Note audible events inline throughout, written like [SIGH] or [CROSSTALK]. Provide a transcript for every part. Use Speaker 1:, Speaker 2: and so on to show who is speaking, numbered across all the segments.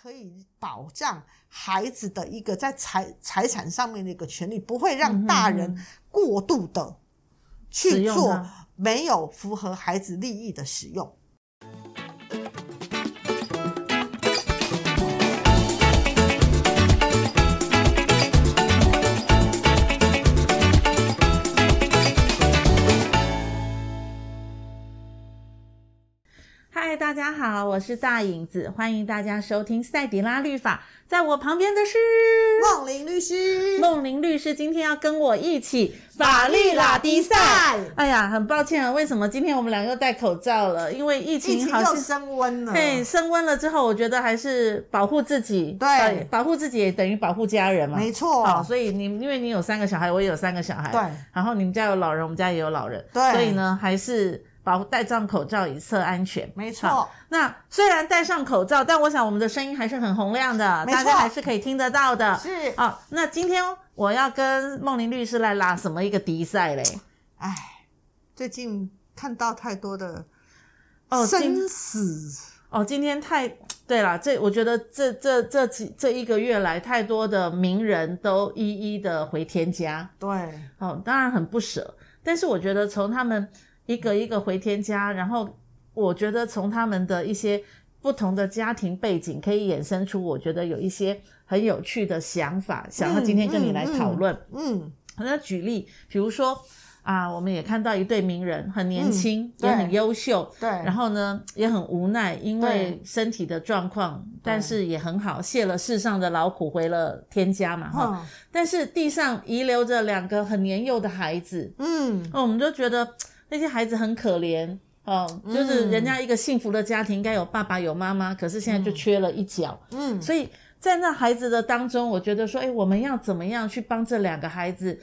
Speaker 1: 可以保障孩子的一个在财财产上面的一个权利，不会让大人过度的
Speaker 2: 使
Speaker 1: 去
Speaker 2: 用
Speaker 1: 做
Speaker 2: 它
Speaker 1: 没有符合孩子利益的使用。
Speaker 2: 嗨，大家好，我是大影子，欢迎大家收听赛迪拉律法。在我旁边的是
Speaker 1: 梦玲律师，
Speaker 2: 梦玲律师，今天要跟我一起
Speaker 1: 嗯法律拉低赛
Speaker 2: 哎呀，很抱歉啊，为什么今天我们俩又戴口罩了？因为疫
Speaker 1: 疫
Speaker 2: 情
Speaker 1: 情
Speaker 2: 好
Speaker 1: 又
Speaker 2: 像。
Speaker 1: 升温了，
Speaker 2: 对，升温了之后，我觉得还是保护自己，
Speaker 1: 对
Speaker 2: 呃保护自己也等于保护家人嘛。
Speaker 1: 没
Speaker 2: 好，
Speaker 1: 错，
Speaker 2: 所以你因为你有三个小孩，我也有三个小孩，
Speaker 1: 对，
Speaker 2: 然后你们家有老人，我们家也有老人，
Speaker 1: 对
Speaker 2: 所以呢，还是保戴上口罩以测安全。
Speaker 1: 没错
Speaker 2: 好。那虽然戴上口罩，但我想我们的声音还是很洪亮的，
Speaker 1: 没错
Speaker 2: 大家还是可以听得到的。
Speaker 1: 是
Speaker 2: 啊，那今天我要跟梦玲律师来拉什么一个敌赛嘞？
Speaker 1: 哎，最近看到太多的
Speaker 2: 哦今
Speaker 1: 生死，
Speaker 2: 哦，今天太对啦，这我觉得这这这几这一个月来，太多的名人都一一的回天家。
Speaker 1: 对，
Speaker 2: 哦，当然很不舍，但是我觉得从他们一个一个回天家，然后我觉得从他们的一些不同的家庭背景，可以衍生出我觉得有一些很有趣的想法，想要今天跟你来讨论。
Speaker 1: 嗯，
Speaker 2: 那举例，比如说啊，我们也看到一对名人，很年轻，
Speaker 1: 嗯对
Speaker 2: 也很优秀。
Speaker 1: 对，
Speaker 2: 然后呢，也很无奈，因为
Speaker 1: 对
Speaker 2: 身体的状况，但是也很好，卸了世上的劳苦，回了天家嘛，哈、
Speaker 1: 嗯
Speaker 2: 但是地上遗留着两个很年幼的孩子，
Speaker 1: 嗯，
Speaker 2: 那、我们就觉得嘖那些孩子很可怜哦，就是人
Speaker 1: 嗯
Speaker 2: 家一个幸福的家庭应该有爸爸有妈妈，可是现在就缺了一角，
Speaker 1: 嗯
Speaker 2: 所以在那孩子的当中，我觉得说，哎，我们要怎么样去帮这两个孩子？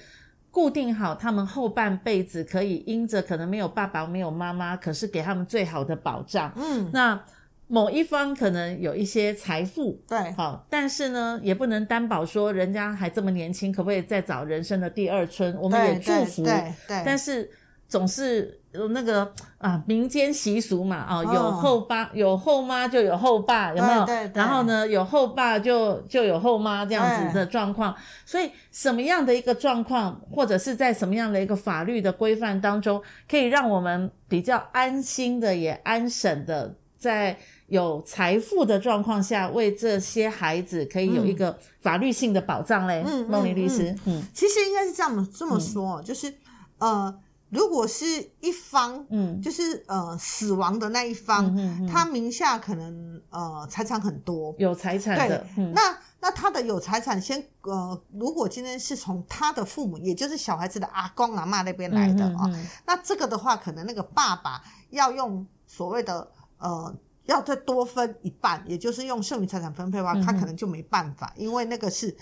Speaker 2: 固定好他们后半辈子可以因着可能没有爸爸没有妈妈，可是给他们最好的保障。
Speaker 1: 嗯，
Speaker 2: 那某一方可能有一些财富，
Speaker 1: 对，
Speaker 2: 好，但是呢，也不能担保说人家还这么年轻，可不可以再找人生的第二春？我
Speaker 1: 我
Speaker 2: 们也祝福，
Speaker 1: 对对，
Speaker 2: 但
Speaker 1: 是
Speaker 2: 是总是有那个啊，民间习俗嘛，啊，
Speaker 1: 哦
Speaker 2: 有后爸有后妈就有后爸，有没有？
Speaker 1: 对对对
Speaker 2: 然后呢，有后爸就就有后妈这样子
Speaker 1: 对
Speaker 2: 的状况。
Speaker 1: 哎
Speaker 2: 所以什么样的一个状况，或者是在什么样的一个法律的规范当中，可以让我们比较安心的也安省的在。有财富的状况下，为这些孩子可以有一个法律性的保障嘞。
Speaker 1: 嗯嗯嗯
Speaker 2: 梦玲律师，嗯
Speaker 1: 其实应该是这样这么说哦，就是呃，如果是一方，
Speaker 2: 嗯
Speaker 1: 就是呃死亡的那一方，
Speaker 2: 嗯嗯嗯
Speaker 1: 他名下可能呃财产很多，
Speaker 2: 有财产
Speaker 1: 对
Speaker 2: 的，嗯，
Speaker 1: 那那他的有财产先呃，如果今天是从他的父母，也就是小孩子的阿公阿妈那边来的
Speaker 2: 嗯嗯
Speaker 1: 啊、
Speaker 2: 嗯
Speaker 1: 那这个的话，可能那个爸爸要用所谓的呃。要再多分一半，也就是用剩余财产分配的话，他
Speaker 2: 嗯嗯
Speaker 1: 可能就没办法，因为那个是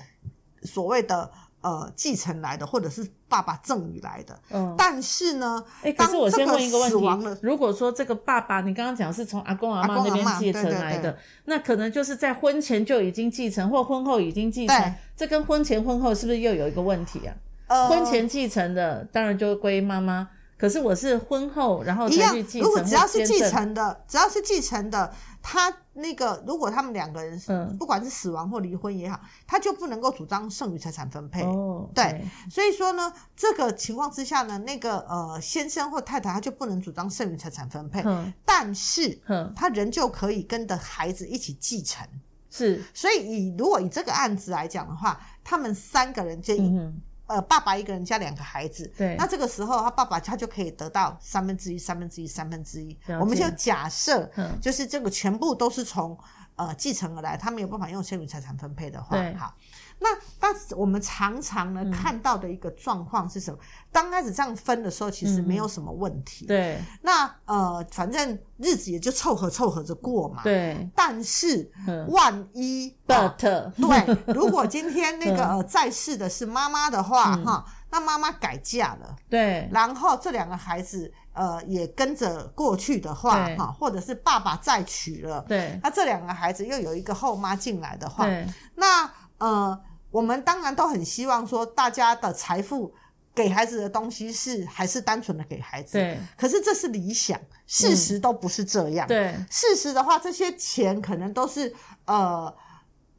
Speaker 1: 所谓的呃继承来的，或者是爸爸赠予来的。
Speaker 2: 嗯，
Speaker 1: 但是呢，
Speaker 2: 哎，可
Speaker 1: 当
Speaker 2: 是我先问一个问
Speaker 1: 这死亡了
Speaker 2: 题：如果说这个爸爸，你刚刚讲是从阿公阿
Speaker 1: 阿
Speaker 2: 妈
Speaker 1: 公
Speaker 2: 那边
Speaker 1: 阿嬷
Speaker 2: 继承
Speaker 1: 对对
Speaker 2: 来
Speaker 1: 对
Speaker 2: 的，那可能就是在婚前就已经继承，或婚后已经继承
Speaker 1: 对，
Speaker 2: 这跟婚前婚后是不是又有一个问题啊？
Speaker 1: 呃，
Speaker 2: 婚前继承的当然就归妈妈，可是我是婚后然后
Speaker 1: 一
Speaker 2: 才
Speaker 1: 样
Speaker 2: 去继，承，
Speaker 1: 如果只要
Speaker 2: 或
Speaker 1: 是
Speaker 2: 捐
Speaker 1: 继
Speaker 2: 赠，
Speaker 1: 承的，只要是继承的，他那个如果他们两个人，
Speaker 2: 嗯
Speaker 1: 不管是死亡或离婚也好，他就不能够主张剩余财产分配。
Speaker 2: 哦，
Speaker 1: 对所以说呢，这个情况之下呢，那个呃先生或太太他就不能主张剩余财产分配，
Speaker 2: 哼
Speaker 1: 但是
Speaker 2: 哼，
Speaker 1: 他仍旧可以跟着孩子一起继承。
Speaker 2: 是，
Speaker 1: 所以以如果以这个案子来讲的话，他们三个人就一
Speaker 2: 嗯哼，
Speaker 1: 呃，爸爸一个人加两个孩子，
Speaker 2: 对
Speaker 1: 那这个时候他爸爸他就可以得到三分之一、三分之一、三分之一
Speaker 2: 了解。
Speaker 1: 我们就假设
Speaker 2: 嗯，
Speaker 1: 就是这个全部都是从呃继承而来，他没有办法用剩余财产分配的话
Speaker 2: 对，
Speaker 1: 好。那但是我们常常呢、看到的一个状况是什么？刚开始这样分的时候，其实没有什么问题。
Speaker 2: 嗯对
Speaker 1: 那呃，反正日子也就凑合凑合着过嘛。。
Speaker 2: 对
Speaker 1: 但是
Speaker 2: 嗯
Speaker 1: 万一啊
Speaker 2: ，but
Speaker 1: 对，如果今天
Speaker 2: [LAUGHS]
Speaker 1: 那个呃在世的是妈妈的话，哈，那妈妈改嫁了，
Speaker 2: 对
Speaker 1: 然后这两个孩子呃也跟着过去的话
Speaker 2: 对，
Speaker 1: 哈，或者是爸爸再娶了，
Speaker 2: 对
Speaker 1: 那这两个孩子又有一个后妈进来的话，
Speaker 2: 对，
Speaker 1: 那呃，我们当然都很希望说大家的财富。给孩子的东西是还是单纯的给孩子，
Speaker 2: 对。嗯
Speaker 1: 可是这是理想，事实都不是这样。
Speaker 2: 对
Speaker 1: 事实的话，这些钱可能都是呃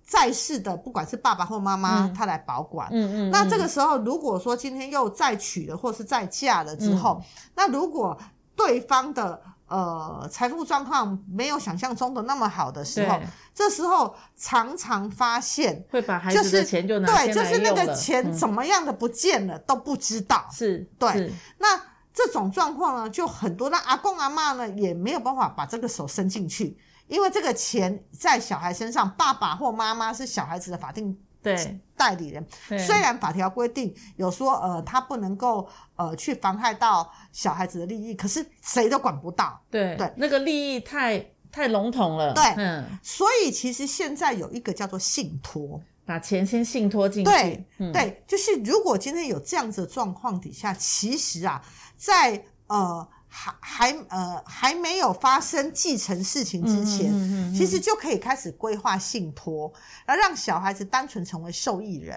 Speaker 1: 在世的，不管是爸爸或妈妈，他来保管。
Speaker 2: 嗯嗯，
Speaker 1: 那这个时候，如果说今天又再娶了或是再嫁了之
Speaker 2: 嗯
Speaker 1: 后，那如果对方的呃财富状况没有想象中的那么好的时候
Speaker 2: 对，
Speaker 1: 这时候常常发现，
Speaker 2: 会把孩
Speaker 1: 就
Speaker 2: 子
Speaker 1: 是
Speaker 2: 的钱就拿
Speaker 1: 对，
Speaker 2: 先
Speaker 1: 就
Speaker 2: 来
Speaker 1: 是那
Speaker 2: 用
Speaker 1: 个
Speaker 2: 了
Speaker 1: 钱
Speaker 2: 嗯
Speaker 1: 怎么样的不见了、都不知道。
Speaker 2: 是，
Speaker 1: 对
Speaker 2: 是
Speaker 1: 那这种状况呢，就很多。那阿公阿妈呢，也没有办法把这个手伸进去，因为这个钱在小孩身上，爸爸或妈妈是小孩子的法定
Speaker 2: 对
Speaker 1: 代理人。
Speaker 2: 对，
Speaker 1: 虽然法条规定有说，呃，他不能够呃去妨害到小孩子的利益，可是谁都管不到。
Speaker 2: 对
Speaker 1: 对
Speaker 2: 那个利益太太笼统了，
Speaker 1: 对
Speaker 2: 嗯，
Speaker 1: 所以其实现在有一个叫做信托，
Speaker 2: 把钱先信托进去，
Speaker 1: 对
Speaker 2: 嗯，
Speaker 1: 对，就是如果今天有这样子的状况底下，其实啊，在呃还还呃还没有发生继承事情之前，
Speaker 2: 嗯嗯嗯嗯嗯
Speaker 1: 其实就可以开始规划信托，然后让小孩子单纯成为受益人。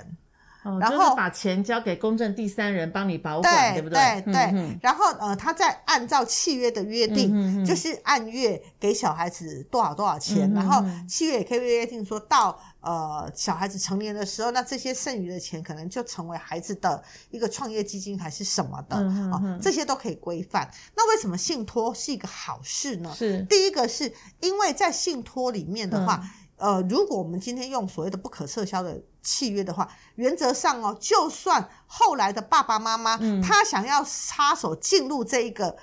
Speaker 2: 哦
Speaker 1: 然
Speaker 2: 就是
Speaker 1: 后
Speaker 2: 把钱交给公证第三人帮你保管，
Speaker 1: 对
Speaker 2: 不
Speaker 1: 对
Speaker 2: 对嗯
Speaker 1: 然后呃，他再按照契约的约定，
Speaker 2: 嗯嗯嗯
Speaker 1: 就是按月给小孩子多少多少钱，
Speaker 2: 嗯嗯
Speaker 1: 然后
Speaker 2: 嗯
Speaker 1: 契约也可以约定说到呃小孩子成年的时候，那这些剩余的钱可能就成为孩子的一个创业基金还是什么的啊、
Speaker 2: 嗯嗯嗯
Speaker 1: 这些都可以规范。那为什么信托是一个好事呢？
Speaker 2: 是
Speaker 1: 第一个是因为在信托里面的
Speaker 2: 嗯
Speaker 1: 话，呃，如果我们今天用所谓的不可撤销的契约的话，原则上哦，就算后来的爸爸妈妈、
Speaker 2: 嗯
Speaker 1: 他想要插手进入这一个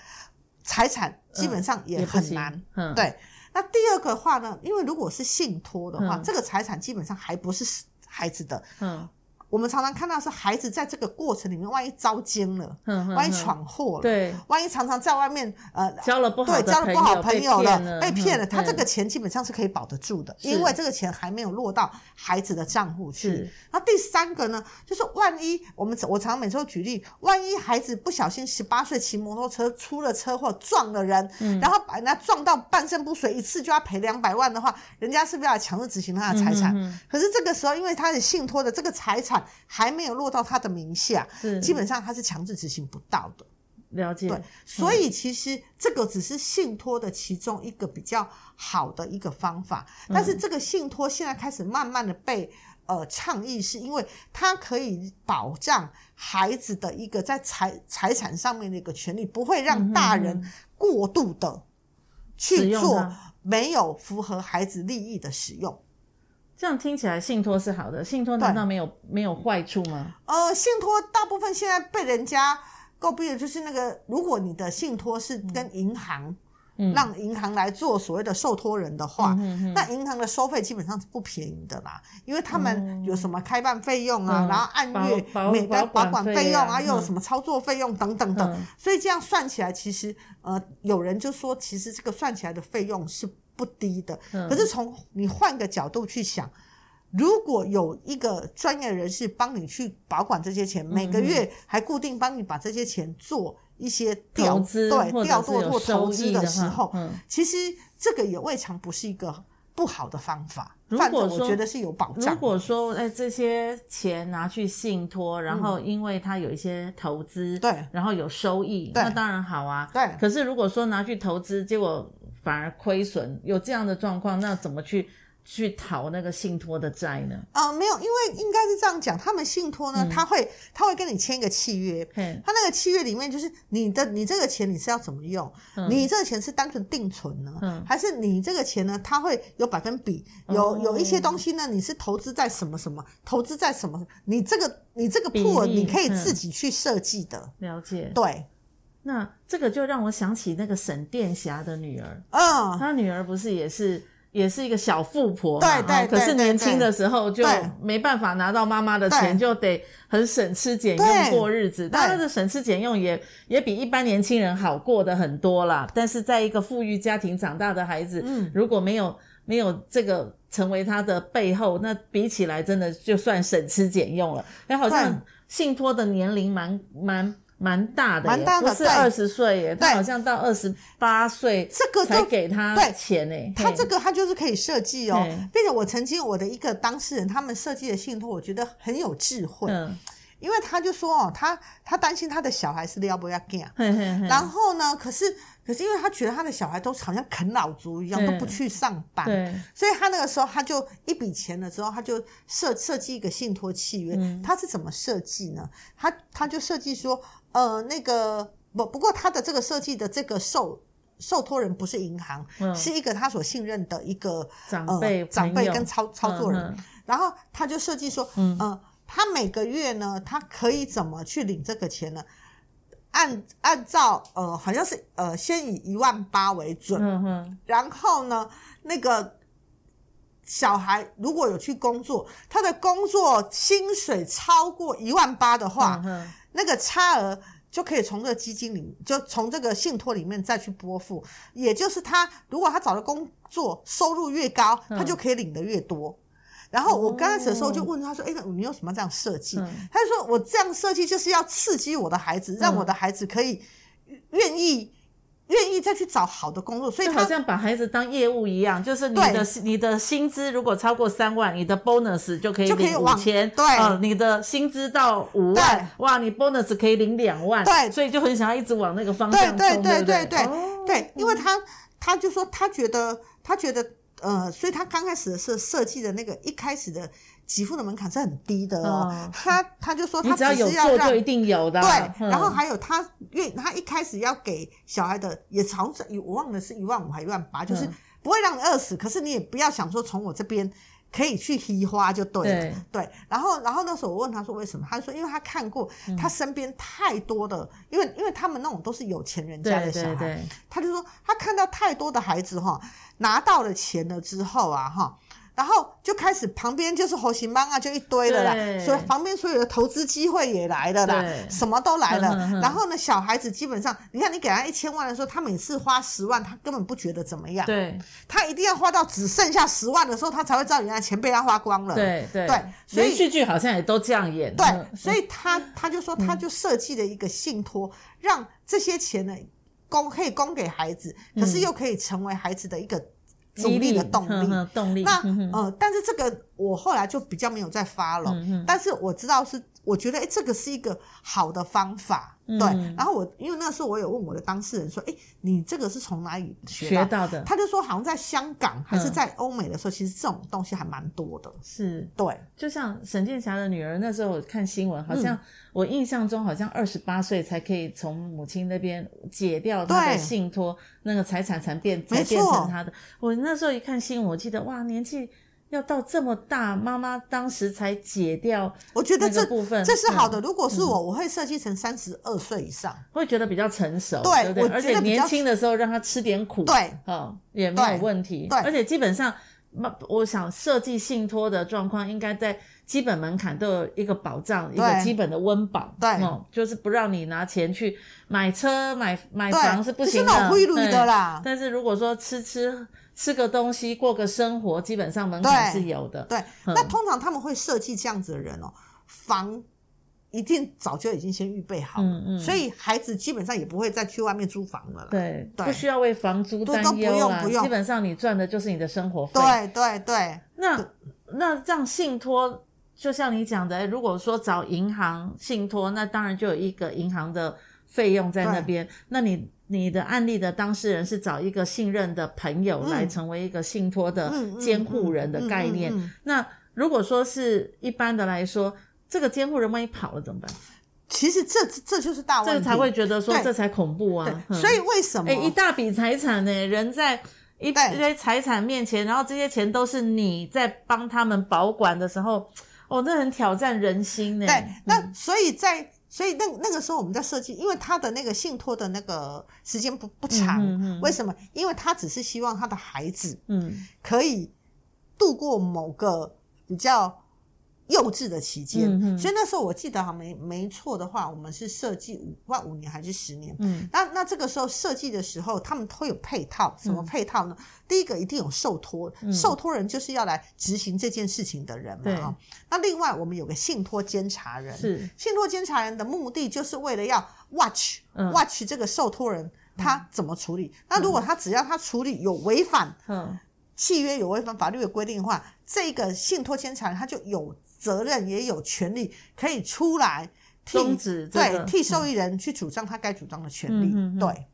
Speaker 1: 财产，基本上也
Speaker 2: 也不
Speaker 1: 很
Speaker 2: 行
Speaker 1: 难。，
Speaker 2: 嗯，
Speaker 1: 对，那第二个话呢，因为如果是信托的话，
Speaker 2: 嗯
Speaker 1: 这个财产基本上还不是孩子的。
Speaker 2: 嗯
Speaker 1: 我们常常看到是孩子在这个过程里面，万一遭奸了，
Speaker 2: 嗯，嗯
Speaker 1: 万一
Speaker 2: 嗯
Speaker 1: 闯祸了，
Speaker 2: 对
Speaker 1: 万一常常在外面呃
Speaker 2: 交了不好
Speaker 1: 对，
Speaker 2: 的
Speaker 1: 交了不好
Speaker 2: 朋
Speaker 1: 朋
Speaker 2: 友
Speaker 1: 友
Speaker 2: 了，
Speaker 1: 了，被骗了，
Speaker 2: 嗯
Speaker 1: 他这
Speaker 2: 嗯
Speaker 1: 个钱基本上是可以保得住的，
Speaker 2: 是
Speaker 1: 因为这个钱还没有落到孩子的账户去
Speaker 2: 是。
Speaker 1: 那第三个呢，就是万一我们我常每次都举例，万一孩子不小心十八岁骑摩托车出了车祸撞了人，
Speaker 2: 嗯
Speaker 1: 然后把人家撞到半身不遂，一次就要赔两百万的话，人家是不是要强制执行他的啊财产？
Speaker 2: 嗯嗯嗯
Speaker 1: 可是这个时候，因为他的信托的这个财产还没有落到他的名下
Speaker 2: 是，
Speaker 1: 基本上他是强制执行不到的。
Speaker 2: 了解，
Speaker 1: 对，所以其实这个只是信托的其中一个比较好的一个方法，
Speaker 2: 嗯
Speaker 1: 但是这个信托现在开始慢慢的被呃倡议，是因为它可以保障孩子的一个在财财产上面的一个权利，不会让大
Speaker 2: 嗯
Speaker 1: 人过度的
Speaker 2: 使
Speaker 1: 去
Speaker 2: 用
Speaker 1: 做
Speaker 2: 它
Speaker 1: 没有符合孩子利益的使用。
Speaker 2: 这样听起来信托是好的，信托难道没有没有坏处吗？
Speaker 1: 呃，信托大部分现在被人家诟病的就是那个，如果你的信托是
Speaker 2: 嗯
Speaker 1: 跟银行，让银行来做所谓的受托人的
Speaker 2: 嗯
Speaker 1: 话，那银行的收费基本上是不便宜的啦，因为他们有什么开办费用啊，
Speaker 2: 哦嗯
Speaker 1: 然后按月
Speaker 2: 保保
Speaker 1: 每个保
Speaker 2: 保管
Speaker 1: 管
Speaker 2: 费
Speaker 1: 费用
Speaker 2: 啊
Speaker 1: 啊，又有
Speaker 2: 嗯
Speaker 1: 什么操作费用等等等，
Speaker 2: 嗯
Speaker 1: 所以这样算起来，其实呃，有人就说，其实这个算起来的费用是不低的，
Speaker 2: 嗯
Speaker 1: 可是从你换个角度去想。如果有一个专业人士帮你去保管这些钱，
Speaker 2: 嗯
Speaker 1: 每个月还固定帮你把这些钱做一些调
Speaker 2: 投资或
Speaker 1: 对
Speaker 2: 者
Speaker 1: 调
Speaker 2: 是有
Speaker 1: 度或投
Speaker 2: 收益
Speaker 1: 资
Speaker 2: 的
Speaker 1: 时
Speaker 2: 话
Speaker 1: 候，
Speaker 2: 嗯
Speaker 1: 其实这个也未尝不是一个不好的方法。
Speaker 2: 如
Speaker 1: 反
Speaker 2: 果
Speaker 1: 正
Speaker 2: 说
Speaker 1: 我觉得是有保障的。
Speaker 2: 如果说哎这些钱拿去信托，然后因为它有一些投资，
Speaker 1: 嗯对
Speaker 2: 然后有收益，
Speaker 1: 对
Speaker 2: 那当然好啊。
Speaker 1: 对
Speaker 2: 可是如果说拿去投资，结果反而亏损，有这样的状况，那怎么去去讨那个信托的债呢？
Speaker 1: 呃，没有，因为应该是这样讲，他们信托
Speaker 2: 嗯
Speaker 1: 呢，他会他会跟你签一个契约，
Speaker 2: 嘿，
Speaker 1: 他那个契约里面就是你的，你这个钱你是要怎么用？你这个钱是单纯定存呢，
Speaker 2: 嗯哦
Speaker 1: 还是你这个钱呢？它会有百分比，有、有一些东西呢，你是投资在什么什么，投资在什么？你这个你这个
Speaker 2: 比
Speaker 1: pool
Speaker 2: 例
Speaker 1: 你可以
Speaker 2: 嗯
Speaker 1: 自己去设计的，
Speaker 2: 了解。
Speaker 1: 对，
Speaker 2: 那这个就让我想起那个沈殿霞的女儿，
Speaker 1: 嗯，
Speaker 2: 她女儿不是也是。也是一个小富婆嘛，
Speaker 1: 对对
Speaker 2: 哦可是
Speaker 1: 对对
Speaker 2: 年轻的时候就
Speaker 1: 对
Speaker 2: 没办法拿到妈妈的钱，
Speaker 1: 对
Speaker 2: 就得很省吃俭用
Speaker 1: 对
Speaker 2: 过日子。当然，的省吃俭用也也比一般年轻人好过的很多啦。但是，在一个富裕家庭长大的孩子，
Speaker 1: 嗯
Speaker 2: 如果没有没有这个成为他的背后，那比起来真的就算省吃俭用了。哎，好像
Speaker 1: 对
Speaker 2: 信托的年龄蛮蛮蛮大的耶，
Speaker 1: 蛮大的
Speaker 2: 不是
Speaker 1: 对
Speaker 2: 二十岁耶，他
Speaker 1: 对
Speaker 2: 好像到二十八岁
Speaker 1: 这个
Speaker 2: 才
Speaker 1: 就
Speaker 2: 给他
Speaker 1: 对
Speaker 2: 钱呢。
Speaker 1: 他
Speaker 2: 嘿
Speaker 1: 这个他就是可以设计哦
Speaker 2: 对，
Speaker 1: 并且我曾经我的一个当事人，他们设计的信托，我觉得很有智慧，
Speaker 2: 嗯，
Speaker 1: 因为他就说哦，他他担心他的小孩是撩不要 g
Speaker 2: 嘿嘿嘿，
Speaker 1: 然后呢，可是可可是因为他觉得他的小孩都好像啃老族一样，
Speaker 2: 对
Speaker 1: 都不去上班，
Speaker 2: 对，
Speaker 1: 所以他那个时候他就一笔钱了之后，他就设设计一个信托契约。
Speaker 2: 嗯
Speaker 1: 他是怎么设计呢？他他就设计说，呃，那个不不过他的这个设计的这个受受托人不是银行，
Speaker 2: 嗯，
Speaker 1: 是一个他所信任的一个
Speaker 2: 长辈
Speaker 1: 呃、长
Speaker 2: 朋
Speaker 1: 辈
Speaker 2: 友
Speaker 1: 跟操操作人。
Speaker 2: 嗯嗯
Speaker 1: 然后他就设计说，
Speaker 2: 嗯
Speaker 1: 嗯、呃，他每个月呢，他可以怎么去领这个钱呢？按按照呃，好像是呃，先以一万八为准，
Speaker 2: 嗯哼，
Speaker 1: 然后呢，那个小孩如果有去工作，他的工作薪水超过一万八的话
Speaker 2: 嗯，哼，
Speaker 1: 那个差额就可以从这个基金里，就从这个信托里面再去拨付。也就是他如果他找的工作收入越高，
Speaker 2: 嗯
Speaker 1: 他就可以领的越多。然后我刚开始的时候就
Speaker 2: 哦
Speaker 1: 问他说：“哎、那你有什么这样设计？”
Speaker 2: 嗯
Speaker 1: 他就说：“我这样设计就是要刺激我的孩子，让我的孩子可以愿意愿意再去找好的工作。”所以
Speaker 2: 就
Speaker 1: 他
Speaker 2: 好像把孩子当业务一样，就是你的你的薪资如果超过三万，你的 bonus 就可以
Speaker 1: 就可以
Speaker 2: 领五
Speaker 1: 往
Speaker 2: 千，
Speaker 1: 对
Speaker 2: 呃你的薪资到五万
Speaker 1: 对，
Speaker 2: 哇，你 bonus 可以领两万，
Speaker 1: 对
Speaker 2: 所以就很想要一直往那个方
Speaker 1: 对
Speaker 2: 向冲，
Speaker 1: 对
Speaker 2: 对
Speaker 1: 对
Speaker 2: 不
Speaker 1: 对
Speaker 2: 对
Speaker 1: 对
Speaker 2: 哦
Speaker 1: 对，因为他他就说他觉得他觉得呃，所以他刚开始的设设计的那个一开始的给付的门槛是很低的哦。
Speaker 2: 嗯
Speaker 1: 他他就说
Speaker 2: 你
Speaker 1: 他
Speaker 2: 只要
Speaker 1: 是
Speaker 2: 有
Speaker 1: 要
Speaker 2: 做
Speaker 1: 让
Speaker 2: 就一定有的，
Speaker 1: 对，
Speaker 2: 嗯
Speaker 1: 然后还有他愿他一开始要给小孩的也常是我忘了是一万五还一万八，就是
Speaker 2: 嗯
Speaker 1: 不会让你饿死，可是你也不要想说从我这边。可以去黑花就对了，
Speaker 2: 对
Speaker 1: 然后，然后那时候我问他说为什么，他说因为他看过他身边太多的，因为因为他们那种都是有钱人家
Speaker 2: 对
Speaker 1: 的小
Speaker 2: 对
Speaker 1: 孩，
Speaker 2: 对，
Speaker 1: 他就说他看到太多的孩子哈，拿到了钱了之后啊哈，然后就开始旁边就是猴行帮啊，就一堆了
Speaker 2: 对
Speaker 1: 啦，所以旁边所有的投资机会也来了啦
Speaker 2: 对，嗯
Speaker 1: 什么都来了。
Speaker 2: 哼哼哼
Speaker 1: 然后呢，小孩子基本上，你看你给他一千万的时候，他每次花十万，他根本不觉得怎么样，
Speaker 2: 对
Speaker 1: 他一定要花到只剩下十万的时候，他才会知道原来钱被他花光了。
Speaker 2: 对
Speaker 1: 嗯
Speaker 2: 对
Speaker 1: 对所以
Speaker 2: 连续剧好像也都这样演，嗯
Speaker 1: 对，所以他他就说，他就设计了一个信托，让这些钱呢供可以供给孩子，可是又可以成为孩子的一个努
Speaker 2: 嗯激嗯
Speaker 1: 力的动
Speaker 2: 哼
Speaker 1: 力。
Speaker 2: 哼动力，
Speaker 1: 那
Speaker 2: 哼哼
Speaker 1: 呃，但是这个我后来就比较没有再发了，
Speaker 2: 嗯哼
Speaker 1: 但是我知道是，我觉得哎、诶这个是一个好的方法，
Speaker 2: 嗯
Speaker 1: 对。然后我因为那时候我有问我的当事人说，哎、你这个是从哪里学
Speaker 2: 学
Speaker 1: 到？
Speaker 2: 到的
Speaker 1: 他就说好像在香港还是
Speaker 2: 嗯
Speaker 1: 在欧美的时候，其实这种东西还蛮多的，
Speaker 2: 是
Speaker 1: 对。
Speaker 2: 就像沈殿霞的女儿，那时候我看新闻，
Speaker 1: 嗯
Speaker 2: 好像、我印象中好像二十八岁才可以从母亲那边解掉她的
Speaker 1: 对
Speaker 2: 信托，那个财产才变才
Speaker 1: 没错
Speaker 2: 变成她的。我那时候一看新闻，我记得哇，年纪要到这么大，妈妈当时才解掉
Speaker 1: 我觉得
Speaker 2: 那个
Speaker 1: 这
Speaker 2: 部分
Speaker 1: 这是好的。
Speaker 2: 嗯
Speaker 1: 如果是我，我会设计成三十二岁以上。
Speaker 2: 会觉得比较成熟，
Speaker 1: 对
Speaker 2: 不对？
Speaker 1: 我觉得
Speaker 2: 而且
Speaker 1: 比较
Speaker 2: 年轻的时候让她吃点苦，
Speaker 1: 对，
Speaker 2: 哦，也没有问题。
Speaker 1: 对对
Speaker 2: 而且基本上，那我想设计信托的状况，应该在基本门槛都有一个保障，一个基本的温饱。
Speaker 1: 对
Speaker 2: 哦，就是不让你拿钱去买车、买买房
Speaker 1: 对，
Speaker 2: 是不
Speaker 1: 就是
Speaker 2: 行的，
Speaker 1: 那种贿赂
Speaker 2: 对
Speaker 1: 的。啦。
Speaker 2: 但是如果说吃吃吃个东西、过个生活，基本上门槛
Speaker 1: 对
Speaker 2: 是有的。
Speaker 1: 对，
Speaker 2: 嗯
Speaker 1: 那通常他们会设计这样子的人哦，房一定早就已经先预备好了，
Speaker 2: 嗯嗯
Speaker 1: 所以孩子基本上也不会再去外面租房了啦。
Speaker 2: 对，
Speaker 1: 对
Speaker 2: 不需要为房租
Speaker 1: 都
Speaker 2: 担
Speaker 1: 都不
Speaker 2: 忧
Speaker 1: 用
Speaker 2: 啊，
Speaker 1: 不用
Speaker 2: 基本上你赚的就是你的生活费。
Speaker 1: 对对对
Speaker 2: 那那这样信托，就像你讲的，诶如果说找银行信托，那当然就有一个银行的费用在那边。那你你的案例的当事人是找一个信任的朋友
Speaker 1: 嗯
Speaker 2: 来成为一个信托的
Speaker 1: 嗯嗯
Speaker 2: 监护人的概念。
Speaker 1: 嗯嗯嗯嗯
Speaker 2: 那如果说是一般的来说，这个监护人万一跑了怎么办？
Speaker 1: 其实这这这就是大
Speaker 2: 这
Speaker 1: 哦问
Speaker 2: 个
Speaker 1: 题，
Speaker 2: 才会觉得说
Speaker 1: 对
Speaker 2: 这才恐怖
Speaker 1: 对
Speaker 2: 啊！
Speaker 1: 所以为什么？哎
Speaker 2: 哎、诶一大笔财产呢、人在一
Speaker 1: 对
Speaker 2: 堆财产面前，然后这些钱都是你在帮他们保管的时候，哦，那很挑战人心呢、嗯
Speaker 1: 对，那所以在所以那那个时候我们在设计，因为他的那个信托的那个时间不不长，
Speaker 2: 嗯嗯嗯
Speaker 1: 为什么？因为他只是希望他的孩子
Speaker 2: 嗯
Speaker 1: 可以度过某个比较幼稚的期间。
Speaker 2: 嗯嗯
Speaker 1: 所以那时候我记得哈，没没错的话，我们是设计五万五年还是十年？
Speaker 2: 嗯
Speaker 1: 那那这个时候设计的时候，他们会有配套，什
Speaker 2: 嗯
Speaker 1: 么配套呢？第一个一定有受托，受托人就是要来执行这件事情的人嘛
Speaker 2: 对
Speaker 1: 啊。那另外我们有个信托监察人，
Speaker 2: 是
Speaker 1: 信托监察人的目的就是为了要 watch、
Speaker 2: 嗯
Speaker 1: watch 这个受托人他怎么处理。那如果他只要他处理有违反
Speaker 2: 嗯
Speaker 1: 契约有违反法律的规定的话，这个信托监察人他就有责任也有权利可以出来替
Speaker 2: 终止这个
Speaker 1: 对
Speaker 2: 嗯
Speaker 1: 替受益人去主张他该主张的权利。
Speaker 2: 嗯嗯嗯
Speaker 1: 对，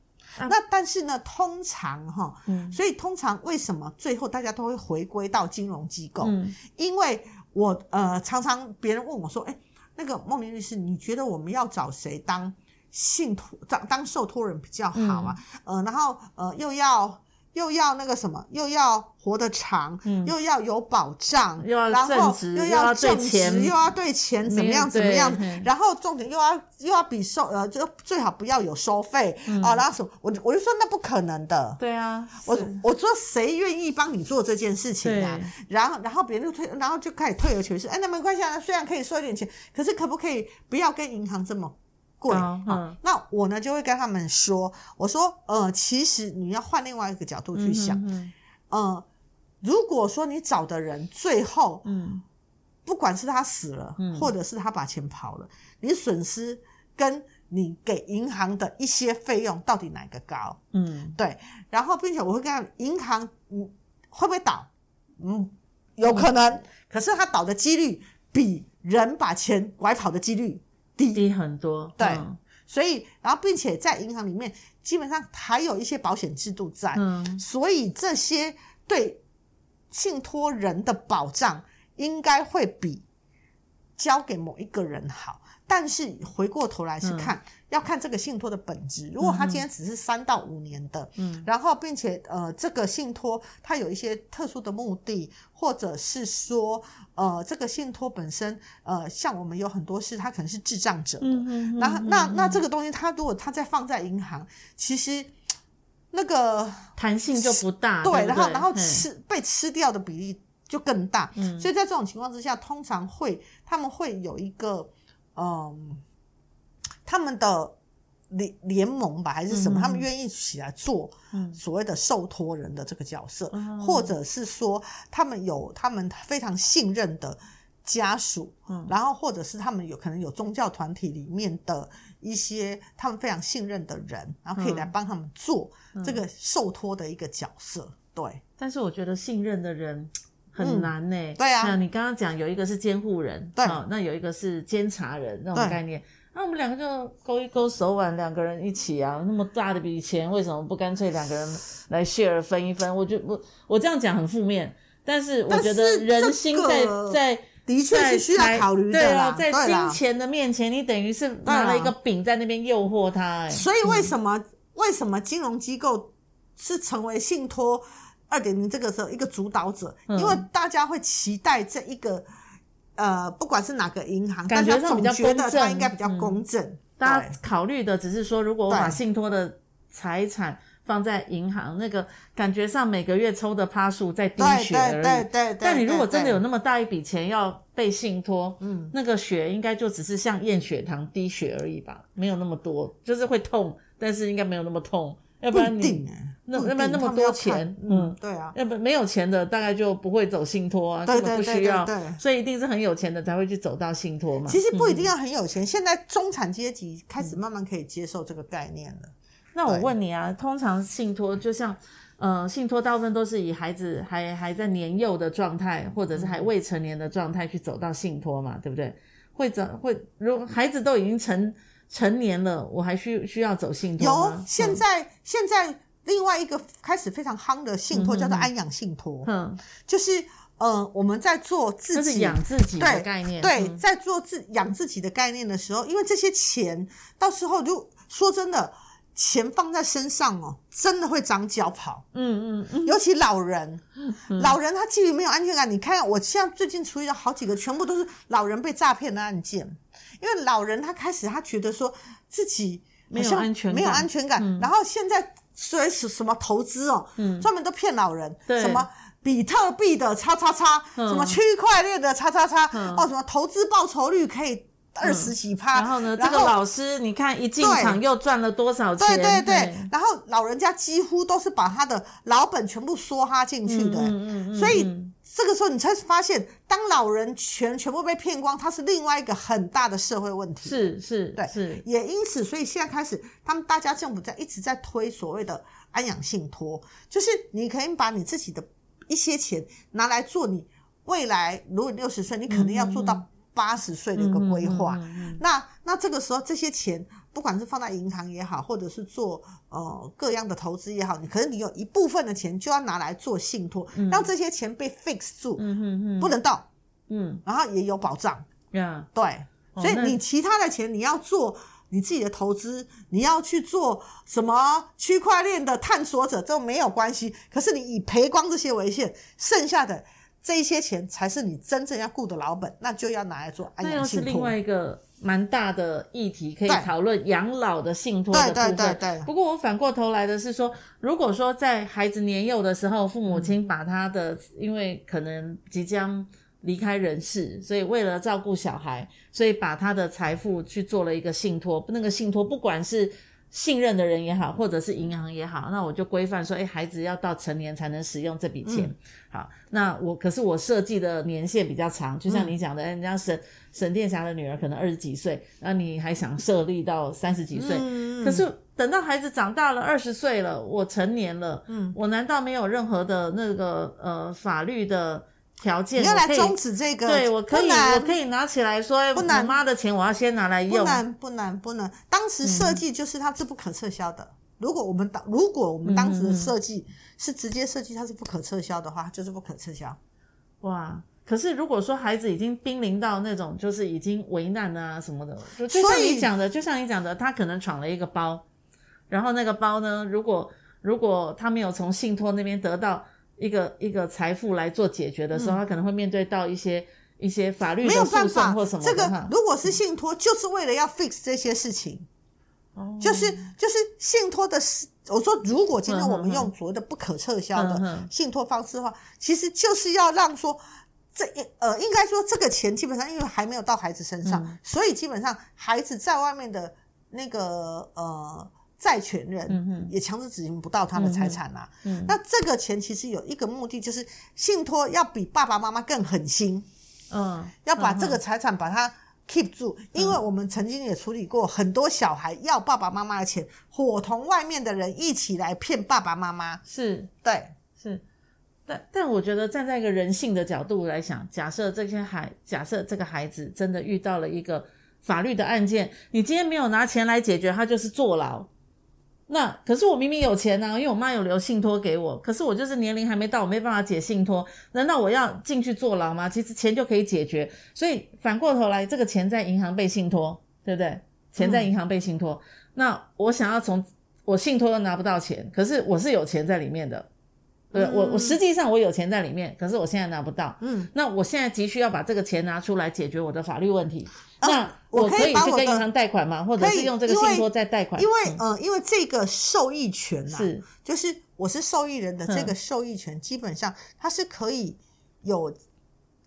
Speaker 1: 那但是呢，通常哈，
Speaker 2: 嗯
Speaker 1: 所以通常为什么最后大家都会回归到金融机构？
Speaker 2: 嗯
Speaker 1: 因为我呃常常别人问我说，哎、那个梦玲律师，你觉得我们要找谁当信托当当受托人比较好啊？
Speaker 2: 嗯
Speaker 1: 呃，然后呃又要。又要那个什么，又要活得长，
Speaker 2: 嗯
Speaker 1: 又要有保障，
Speaker 2: 又要
Speaker 1: 然后
Speaker 2: 正直
Speaker 1: 又
Speaker 2: 又要
Speaker 1: 要
Speaker 2: 对
Speaker 1: 正直，
Speaker 2: 钱
Speaker 1: 又要对钱怎么
Speaker 2: 没有
Speaker 1: 样怎么样
Speaker 2: 对嗯嘿，
Speaker 1: 然后重点又要又要比收呃，就最好不要有收费啊、
Speaker 2: 嗯
Speaker 1: 然后什么，我就我就说那不可能的，
Speaker 2: 对啊，
Speaker 1: 我
Speaker 2: 是
Speaker 1: 我说谁愿意帮你做这件事情啊
Speaker 2: 对？
Speaker 1: 然后然后别人就退，然后就开始退而求其次。哎，那没关系啊，虽然可以收一点钱，可是可不可以不要跟银行这么贵？
Speaker 2: 哦
Speaker 1: 好
Speaker 2: 嗯
Speaker 1: 那我呢就会跟他们说，我说呃，其实你要换另外一个角度去想，
Speaker 2: 嗯
Speaker 1: 呃，如果说你找的人最后
Speaker 2: 嗯
Speaker 1: 不管是他死了，
Speaker 2: 嗯
Speaker 1: 或者是他把钱跑了，你损失跟你给银行的一些费用到底哪个高？
Speaker 2: 嗯
Speaker 1: 对，然后并且我会跟他讲银行，嗯，会不会倒？嗯，有可能，可是它倒的几率比人把钱拐跑的几率
Speaker 2: 嗯，
Speaker 1: 低，
Speaker 2: 低很多，
Speaker 1: 对
Speaker 2: 嗯
Speaker 1: 所以，然后并且在银行里面，基本上还有一些保险制度在，
Speaker 2: 嗯
Speaker 1: 所以这些对信托人的保障应该会比交给某一个人好。但是回过头来是看，要看这个信托的本质。如果他今天只是三到五年的，
Speaker 2: 嗯
Speaker 1: 然后并且呃，这个信托它有一些特殊的目的，或者是说呃，这个信托本身呃，像我们有很多是它可能是智障者，
Speaker 2: 嗯
Speaker 1: 然后那那这个东西它如果它再放在银行，其实那个
Speaker 2: 弹性就不大，
Speaker 1: 对，
Speaker 2: 啊对不对，
Speaker 1: 然后然后
Speaker 2: 嘿，
Speaker 1: 吃被吃掉的比例就更大，
Speaker 2: 嗯
Speaker 1: 所以在这种情况之下，通常会他们会有一个嗯，他们的联联盟吧，还是什么，
Speaker 2: 嗯
Speaker 1: 他们愿意起来做
Speaker 2: 嗯
Speaker 1: 所谓的受托人的这个角色，
Speaker 2: 哦
Speaker 1: 或者是说他们有他们非常信任的。家属，
Speaker 2: 嗯
Speaker 1: 然后或者是他们有可能有宗教团体里面的一些他们非常信任的人，然后可以来
Speaker 2: 嗯
Speaker 1: 帮他们做这个受托的一个角色。对，
Speaker 2: 但是我觉得信任的人很
Speaker 1: 嗯
Speaker 2: 难呢、
Speaker 1: 对啊
Speaker 2: 那你刚刚讲有一个是监护人，
Speaker 1: 对
Speaker 2: 哦那有一个是监察人那种
Speaker 1: 对
Speaker 2: 概念。那我们两个就勾一勾手腕，两个人一起啊，那么大的笔钱，为什么不干脆两个人来 share 分一分？我就我我这样讲很负面，但是我
Speaker 1: 但
Speaker 2: 觉
Speaker 1: 是
Speaker 2: 得
Speaker 1: 这
Speaker 2: 人心在、
Speaker 1: 个
Speaker 2: 在
Speaker 1: 的确
Speaker 2: 在
Speaker 1: 是需要
Speaker 2: 财
Speaker 1: 考虑
Speaker 2: 对
Speaker 1: 的
Speaker 2: 啊，
Speaker 1: 啦，
Speaker 2: 在金
Speaker 1: 啦。啊
Speaker 2: 钱的面前，你等于是拿了一个饼在那边诱惑他、哎，
Speaker 1: 所以为什么、为什么金融机构是成为信托二点零这个时候一个主导者？
Speaker 2: 嗯
Speaker 1: 因为大家会期待这一个呃，不管是哪个银行，
Speaker 2: 感觉
Speaker 1: 大家
Speaker 2: 上比较
Speaker 1: 总觉得
Speaker 2: 公正嗯
Speaker 1: 它应该比较公正。
Speaker 2: 大家
Speaker 1: 对
Speaker 2: 考虑的只是说，如果我把
Speaker 1: 对
Speaker 2: 信托的财产放在银行，那个感觉上每个月抽的趴数在滴
Speaker 1: 对
Speaker 2: 血
Speaker 1: 对
Speaker 2: 而已。
Speaker 1: 对对对。
Speaker 2: 但你如果真的有
Speaker 1: 对
Speaker 2: 那么大一笔钱要被信托，
Speaker 1: 嗯，
Speaker 2: 那个血应该就只是像验血糖滴血而已吧，没有那么多，就是会痛，但是应该没有那么痛，要不
Speaker 1: 不
Speaker 2: 然
Speaker 1: 一定
Speaker 2: 你
Speaker 1: 哎，
Speaker 2: 那
Speaker 1: 不一
Speaker 2: 要不然
Speaker 1: 定
Speaker 2: 那么
Speaker 1: 他们要
Speaker 2: 多钱
Speaker 1: 看
Speaker 2: 嗯
Speaker 1: 嗯，对啊，
Speaker 2: 要不没有钱的大概就不会走信托啊，
Speaker 1: 对
Speaker 2: 根本不
Speaker 1: 对
Speaker 2: 需
Speaker 1: 对
Speaker 2: 要
Speaker 1: 对，对
Speaker 2: 所以一定是很有钱的才会去走到信托嘛。
Speaker 1: 其实不一定要很有钱，
Speaker 2: 嗯
Speaker 1: 现在中产阶级开始慢慢可以接受这个概念了。
Speaker 2: 那我
Speaker 1: 对
Speaker 2: 问你啊，通常信托就像，呃，信托大部分都是以孩子还还在年幼的状态，或者是还未成年的状态去走到信托嘛，对不对？会怎会？如果孩子都已经成成年了，我还需需要走信托
Speaker 1: 有
Speaker 2: 吗？，嗯
Speaker 1: 现在、现在另外一个开始非常夯的信托叫做安养信托，
Speaker 2: 嗯，嗯，
Speaker 1: 就是呃我们在做自
Speaker 2: 这是
Speaker 1: 己
Speaker 2: 养自己的
Speaker 1: 对
Speaker 2: 概念，
Speaker 1: 对，
Speaker 2: 嗯
Speaker 1: 在做自养自己的概念的时候，因为这些钱到时候就说真的，钱放在身上哦，真的会长脚跑。
Speaker 2: 嗯嗯嗯，
Speaker 1: 尤其老人，
Speaker 2: 嗯
Speaker 1: 老人他基于没有安全感，你看我现在最近处理了好几个，全部都是老人被诈骗的案件，因为老人他开始他觉得说自己
Speaker 2: 没有
Speaker 1: 好像
Speaker 2: 安全感
Speaker 1: 没有安全感，然后现在所以什么投资哦，
Speaker 2: 嗯
Speaker 1: 专门都骗老人，
Speaker 2: 对
Speaker 1: 什么。比特币的叉叉叉，
Speaker 2: 嗯
Speaker 1: 什么区块链的叉叉叉，
Speaker 2: 嗯
Speaker 1: 哦，什么投资报酬率可以二十几趴、
Speaker 2: 然后呢，这个老师你看一进
Speaker 1: 对
Speaker 2: 场又赚了多少钱？
Speaker 1: 对对对，然后老人家几乎都是把他的老本全部梭哈进去的、
Speaker 2: 嗯嗯嗯嗯
Speaker 1: 所以
Speaker 2: 嗯
Speaker 1: 这个时候你才发现，当老人全全部被骗光，它是另外一个很大的社会问题。
Speaker 2: 是是
Speaker 1: 对
Speaker 2: 是，
Speaker 1: 也因此，所以现在开始，他们大家政府在一直在推所谓的安养信托，就是你可以把你自己的一些钱拿来做你未来，如果你六十岁，你可能要做到八十岁的一个规划。
Speaker 2: 嗯嗯嗯
Speaker 1: 那那这个时候，这些钱不管是放在银行也好，或者是做呃各样的投资也好，你可能你有一部分的钱就要拿来做信托，
Speaker 2: 嗯
Speaker 1: 让这些钱被 fix 住，
Speaker 2: 嗯嗯嗯，
Speaker 1: 不能动，
Speaker 2: 嗯
Speaker 1: 然后也有保障。
Speaker 2: 呀，
Speaker 1: 对，
Speaker 2: 哦
Speaker 1: 所以
Speaker 2: 那
Speaker 1: 你其他的钱你要做你自己的投资，你要去做什么区块链的探索者都没有关系。可是你以赔光这些为限，剩下的这一些钱才是你真正要顾的老本，那就要拿来做安啊
Speaker 2: 那
Speaker 1: 养
Speaker 2: 又是
Speaker 1: 信
Speaker 2: 另
Speaker 1: 托
Speaker 2: 外。一个蛮大的议题，可以
Speaker 1: 对
Speaker 2: 讨论养老的信托的
Speaker 1: 对
Speaker 2: 部
Speaker 1: 对
Speaker 2: 分。
Speaker 1: 对对，
Speaker 2: 不过我反过头来的是说，如果说在孩子年幼的时候，父母亲把他的，因为可能即将离开人世，所以为了照顾小孩，所以把他的财富去做了一个信托。那个信托不管是信任的人也好，或者是银行也好，那我就规范说，哎，孩子要到成年才能使用这笔
Speaker 1: 嗯
Speaker 2: 钱。好，那我可是我设计的年限比较长，就像你讲的，
Speaker 1: 嗯
Speaker 2: 哎人家沈沈殿霞的女儿可能二十几岁，那你还想设立到三十几岁？
Speaker 1: 嗯
Speaker 2: 可是等到孩子长大了，二十岁了，我成年了，
Speaker 1: 嗯，
Speaker 2: 我难道没有任何的那个呃法律的条件？
Speaker 1: 你要来
Speaker 2: 我可以
Speaker 1: 终止这个，
Speaker 2: 对我可以，
Speaker 1: 不
Speaker 2: 我
Speaker 1: 难
Speaker 2: 可以拿起来说，哎
Speaker 1: 不难
Speaker 2: 我妈的钱我要嗯先拿来
Speaker 1: 不
Speaker 2: 用。
Speaker 1: 难不难不难。当时设计就是它是不可撤销的。如果我们当如果我们当时
Speaker 2: 嗯嗯
Speaker 1: 的
Speaker 2: 嗯
Speaker 1: 设计是直接设计它是不可撤销的话，它就是不可撤销。
Speaker 2: 哇！可是如果说孩子已经濒临到那种就是已经危难啊什么的，就就
Speaker 1: 所
Speaker 2: 像你
Speaker 1: 以
Speaker 2: 讲的，就像你讲的，他可能闯了一个包，然后那个包呢，如果如果他没有从信托那边得到一个一个财富来做解决的时候，他可能会面对到一些一些法律
Speaker 1: 嗯没有
Speaker 2: 的
Speaker 1: 办
Speaker 2: 诉
Speaker 1: 法
Speaker 2: 讼或什，么
Speaker 1: 这
Speaker 2: 的
Speaker 1: 个
Speaker 2: 哈。
Speaker 1: 如果是信托，就是为了要 fix 这些事情，
Speaker 2: 哦
Speaker 1: 就是就是信托的是，我说如果今天我
Speaker 2: 嗯嗯
Speaker 1: 们
Speaker 2: 嗯
Speaker 1: 用所谓的不可撤销
Speaker 2: 嗯
Speaker 1: 的
Speaker 2: 嗯
Speaker 1: 信托方式的话，其实就是要让说。这呃，应该说这个钱基本上因为还没有到孩子身上，
Speaker 2: 嗯
Speaker 1: 所以基本上孩子在外面的那个呃债权人、
Speaker 2: 嗯哼
Speaker 1: 也强制执行不到他的财产啊。
Speaker 2: 嗯
Speaker 1: 那这个钱其实有一个目的，就是信托要比爸爸妈妈更狠心。
Speaker 2: 嗯，
Speaker 1: 要把这个
Speaker 2: 嗯
Speaker 1: 财产把它 keep 住，因为我们曾经也处理过很多小孩要爸爸妈妈的钱，伙同外面的人一起来骗爸爸妈妈。
Speaker 2: 是
Speaker 1: 对，
Speaker 2: 是，但但我觉得站在一个人性的角度来想，假设这些孩，假设这个孩子真的遇到了一个法律的案件，你今天没有拿钱来解决，他就是坐牢。那可是我明明有钱啊呐、因为我妈有留信托给我，可是我就是年龄还没到，我没办法解信托，难道我要进去坐牢吗？其实钱就可以解决，所以反过头来，这个钱在银行被信托，对不对？钱在银行被信托，那我想要从我信托又拿不到钱，可是我是有钱在里面的，对不对、我我实际上我有钱在里面，可是我现在拿不到，
Speaker 1: 嗯，
Speaker 2: 那我现在急需要把这个钱拿出来解决我的法律问题，
Speaker 1: 啊
Speaker 2: 那
Speaker 1: 我
Speaker 2: 我
Speaker 1: 可以
Speaker 2: 可以
Speaker 1: 把
Speaker 2: 去
Speaker 1: 我
Speaker 2: 跟
Speaker 1: 的
Speaker 2: 银行贷款吗？或者
Speaker 1: 可
Speaker 2: 是
Speaker 1: 以
Speaker 2: 用这个
Speaker 1: 因
Speaker 2: 信
Speaker 1: 为
Speaker 2: 托再贷款？
Speaker 1: 因
Speaker 2: 嗯
Speaker 1: 为呃，因为这个受益权啊，
Speaker 2: 是
Speaker 1: 就是我是受益人的这个
Speaker 2: 嗯
Speaker 1: 受益权，基本上它是可以有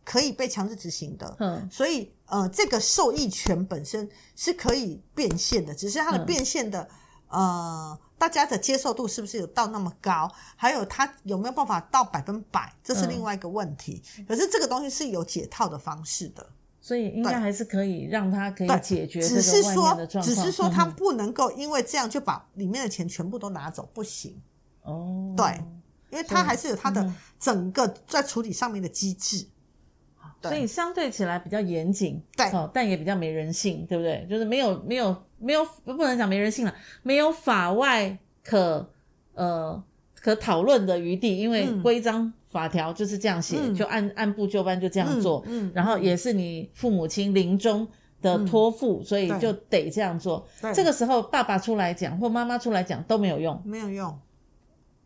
Speaker 1: 可以被强制执行的。
Speaker 2: 嗯
Speaker 1: 所以呃，这个受益权本身是可以变现的，只是它的
Speaker 2: 嗯
Speaker 1: 变现的、呃，大家的接受度是不是有到那么高，还有它有没有办法到百分百，这是
Speaker 2: 嗯
Speaker 1: 另外一个问题。可是这个东西是有解套的方式的，
Speaker 2: 所以应该
Speaker 1: 对
Speaker 2: 还是可以让他可以
Speaker 1: 对
Speaker 2: 解决这
Speaker 1: 只是
Speaker 2: 个外
Speaker 1: 说
Speaker 2: 面的状况。
Speaker 1: 只是说它
Speaker 2: 嗯
Speaker 1: 不能够因为这样就把里面的钱全部都拿走，不行，
Speaker 2: 哦，
Speaker 1: 对因为它
Speaker 2: 是
Speaker 1: 还是有它的
Speaker 2: 嗯
Speaker 1: 整个在处理上面的机制。对
Speaker 2: 所以相对起来比较严谨，
Speaker 1: 对
Speaker 2: 哦，但也比较没人性，对不对？就是没有没有没有，不能讲没人性了，没有法外可呃可讨论的余地，因为
Speaker 1: 嗯
Speaker 2: 规章法条就是这样写，
Speaker 1: 嗯
Speaker 2: 就按按部就班就这样做，
Speaker 1: 嗯嗯
Speaker 2: 然后也是你父母亲临终的托付，所以
Speaker 1: 对
Speaker 2: 就得这样做。
Speaker 1: 嗯对
Speaker 2: 这个时候爸爸出来讲或妈妈出来讲都没有用，
Speaker 1: 没有用。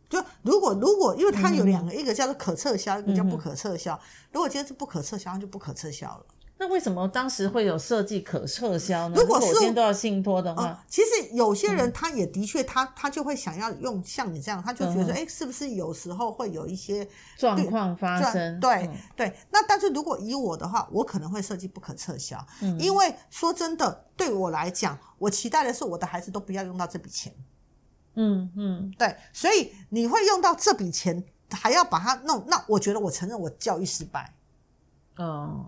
Speaker 1: 就如果如果，因为它有两个，一个叫做可撤销，一个叫
Speaker 2: 嗯嗯哼
Speaker 1: 不可撤销。如果今天是不可撤销，那就不可撤销了。
Speaker 2: 那为什么当时会有设计可撤销呢？
Speaker 1: 如果
Speaker 2: 我
Speaker 1: 是
Speaker 2: 今天都要信托的话，
Speaker 1: 哦，其实有些
Speaker 2: 嗯
Speaker 1: 人他也的确，他他就会想要用像你这样，他就觉得说，
Speaker 2: 嗯
Speaker 1: 哎、是不是有时候会有一些
Speaker 2: 状况发
Speaker 1: 赚
Speaker 2: 生，
Speaker 1: 对、
Speaker 2: 嗯
Speaker 1: 对，那但是如果以我的话，我可能会设计不可撤销，
Speaker 2: 嗯
Speaker 1: 因为说真的，对我来讲，我期待的是我的孩子都不要用到这笔钱。
Speaker 2: 嗯嗯，
Speaker 1: 对，所以你会用到这笔钱，还要把它弄，那我觉得我承认我教育失败。
Speaker 2: 哦，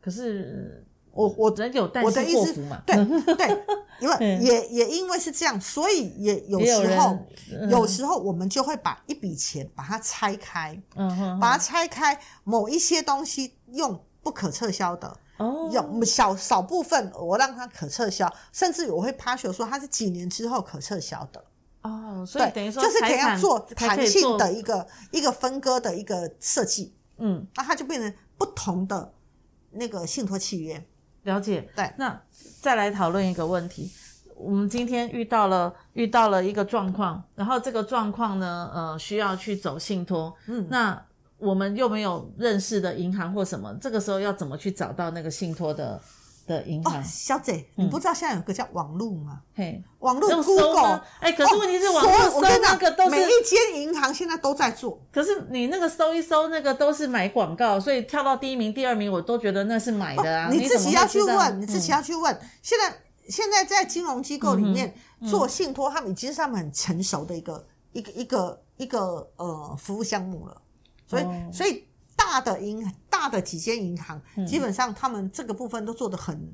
Speaker 2: 可是
Speaker 1: 我我
Speaker 2: 人有旦
Speaker 1: 我的
Speaker 2: 夕
Speaker 1: 意
Speaker 2: 祸
Speaker 1: 思
Speaker 2: 福 [LAUGHS] 嘛，
Speaker 1: 对对，因为
Speaker 2: 嗯
Speaker 1: 也也因为是这样，所以也有
Speaker 2: 也有
Speaker 1: 时
Speaker 2: 人
Speaker 1: 候
Speaker 2: 嗯
Speaker 1: 有时候我们就会把一笔钱把它拆开，
Speaker 2: 嗯哼，
Speaker 1: 把它拆开，某一些东西用不可撤销的，
Speaker 2: 哦，
Speaker 1: 啊有小少部分我让它可撤销，甚至我会趴学说它是几年之后可撤销的。
Speaker 2: 哦，所以等于
Speaker 1: 嗯对，
Speaker 2: 说
Speaker 1: 就是可以
Speaker 2: 财
Speaker 1: 要
Speaker 2: 产
Speaker 1: 做
Speaker 2: 才可
Speaker 1: 弹
Speaker 2: 以
Speaker 1: 性
Speaker 2: 做
Speaker 1: 的，一个一个分割的一个设计，
Speaker 2: 嗯，
Speaker 1: 那它就变成不同的那个信托契约。
Speaker 2: 了解。
Speaker 1: 对
Speaker 2: 那再来讨论一个问题，我们今天遇到了遇到了一个状况，然后这个状况呢，呃，需要去走信托，
Speaker 1: 嗯
Speaker 2: 那我们又没有认识的银行或什么，这个时候要怎么去找到那个信托的的银行？
Speaker 1: 哦，小姐，你不知道现在有个叫网络吗？
Speaker 2: 嘿，
Speaker 1: 网络
Speaker 2: 嗯用搜
Speaker 1: Google 哦
Speaker 2: 吗。？哎，可是问题是网
Speaker 1: 所
Speaker 2: 络
Speaker 1: 有
Speaker 2: 搜
Speaker 1: 我跟你
Speaker 2: 那
Speaker 1: 讲
Speaker 2: 个都是
Speaker 1: 每一间银行现在都在做，
Speaker 2: 可是你那个搜一搜，那个都是买广告，所以跳到第一名、第二名，我都觉得那是买的啊。
Speaker 1: 哦你自己要去问，你自己
Speaker 2: 要、
Speaker 1: 要去问。现在现在在金融机构里
Speaker 2: 嗯
Speaker 1: 面做信托，他们已经是他们很成熟的一个一个一个一个呃服务项目了，所以
Speaker 2: 哦嗯
Speaker 1: 所以大的银大的几间银行，基本上他们这个部分都做得很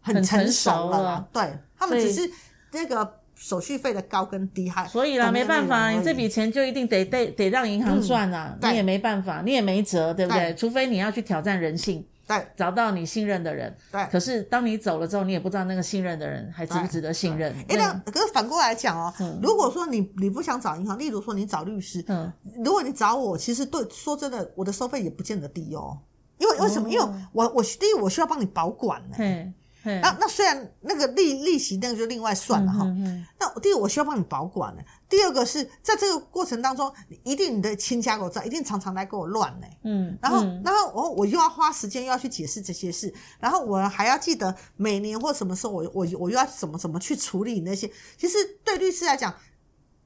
Speaker 1: 很
Speaker 2: 很成
Speaker 1: 成熟
Speaker 2: 熟
Speaker 1: 了啦
Speaker 2: 了，
Speaker 1: 对他们
Speaker 2: 所以
Speaker 1: 只是那个手续费的高跟低还
Speaker 2: 嗯所以啦，
Speaker 1: 的那
Speaker 2: 没
Speaker 1: 个
Speaker 2: 办法，
Speaker 1: 内容而
Speaker 2: 你这
Speaker 1: 已
Speaker 2: 笔钱就一定得得得让银行赚啊，
Speaker 1: 嗯对
Speaker 2: 你也没办法，你也没辙，对不对？
Speaker 1: 对
Speaker 2: 除非你要去挑战人性，
Speaker 1: 对
Speaker 2: 找到你信任的人。
Speaker 1: 对。
Speaker 2: 可是当你走了之后，你也不知道那个信任的人还值不值得信任。
Speaker 1: 哎、
Speaker 2: 那
Speaker 1: 那可是反过来讲哦、
Speaker 2: 嗯
Speaker 1: 如果说你你不想找银行，例如说你找律师，
Speaker 2: 嗯，
Speaker 1: 如果你找我，其实对，说真的，我的收费也不见得低哦。因为为什么？
Speaker 2: 哦
Speaker 1: 因为我我第一我需要帮你保管呢、
Speaker 2: 嘿，嘿，
Speaker 1: 那那虽然那个利利息那个就另外算了哈。
Speaker 2: 嗯嗯
Speaker 1: 那第一我需要帮你保管呢、第二个是在这个过程当中，你一定你的亲家狗在一定常常来给我乱呢、
Speaker 2: 嗯，
Speaker 1: 然后，
Speaker 2: 嗯
Speaker 1: 然后我我又要花时间又要去解释这些事，然后我还要记得每年或什么时候我我我又要怎么怎么去处理那些。其实对律师来讲，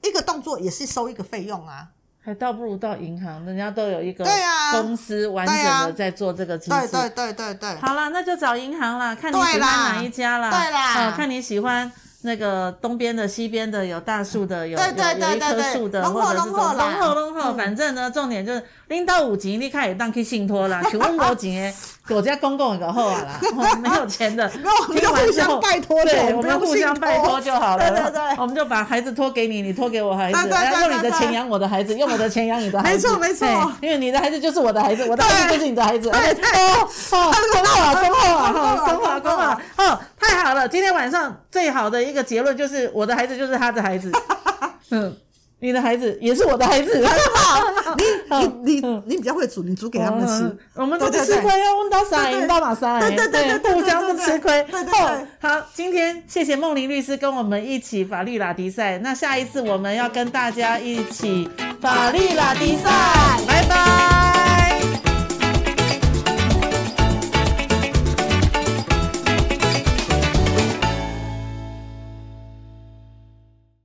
Speaker 1: 一个动作也是收一个费用啊。
Speaker 2: 还倒不如到银行，人家都有一个
Speaker 1: 对啊
Speaker 2: 公司完整
Speaker 1: 对
Speaker 2: 的
Speaker 1: 啊
Speaker 2: 在做这个机制。
Speaker 1: 对对对对对，
Speaker 2: 好啦，那就找银行啦，看你
Speaker 1: 对
Speaker 2: 喜欢
Speaker 1: 啦
Speaker 2: 哪一家啦，
Speaker 1: 对啦
Speaker 2: 哦看你喜欢那个东边的、西边的，有大树的，有
Speaker 1: 对对
Speaker 2: 有有
Speaker 1: 对
Speaker 2: 一
Speaker 1: 对
Speaker 2: 棵
Speaker 1: 对
Speaker 2: 树的，
Speaker 1: 拢好
Speaker 2: 或者
Speaker 1: 拢
Speaker 2: 是什么
Speaker 1: 好啦嗯
Speaker 2: 拢好拢好，反正呢，重点就是拎到五级，你看也当去信托啦，请问我钱
Speaker 1: [LAUGHS]
Speaker 2: 的，我家公共有个后啊啦，哦没有钱的，
Speaker 1: 那我们
Speaker 2: 听
Speaker 1: 就
Speaker 2: 完
Speaker 1: 互
Speaker 2: 之后
Speaker 1: 相拜托就
Speaker 2: 对，
Speaker 1: 我们
Speaker 2: 我们
Speaker 1: 不
Speaker 2: 互
Speaker 1: 信
Speaker 2: 相拜
Speaker 1: 托
Speaker 2: 托就好了，
Speaker 1: 对对对
Speaker 2: 我们就把孩子托给你，你托给我孩子，
Speaker 1: 对对对
Speaker 2: 然后用你的
Speaker 1: 对对
Speaker 2: 钱养我的孩子，用我的钱养你的孩子，
Speaker 1: 没错没错
Speaker 2: 对因为你的孩子就是我的孩子，我的孩子
Speaker 1: 对
Speaker 2: 就是你的孩子， [LAUGHS]
Speaker 1: 对对
Speaker 2: 哦哦，恭贺啊，恭贺啊，哈，恭
Speaker 1: 恭
Speaker 2: 贺
Speaker 1: 贺 [LAUGHS]
Speaker 2: 啊，
Speaker 1: 啊
Speaker 2: 恭贺啊！哦，太好了，今天晚上最好的一个结论就是我的孩子就是他
Speaker 1: [LAUGHS]
Speaker 2: 的孩子，嗯，你的孩子也是我的孩子，
Speaker 1: 你你你你比较会煮，你煮给他们
Speaker 2: 嗯
Speaker 1: 吃。
Speaker 2: 我们都不
Speaker 1: 对对
Speaker 2: 吃
Speaker 1: 对
Speaker 2: 亏哦，我们到啥赢到马啥
Speaker 1: 对
Speaker 2: 赢，
Speaker 1: 对对对对
Speaker 2: 互相不吃亏。
Speaker 1: 对对对
Speaker 2: 哦好，今天谢谢梦玲律师跟我们一起法律拉迪赛，那下一次我们要跟大家一起法律拉迪赛，拜拜。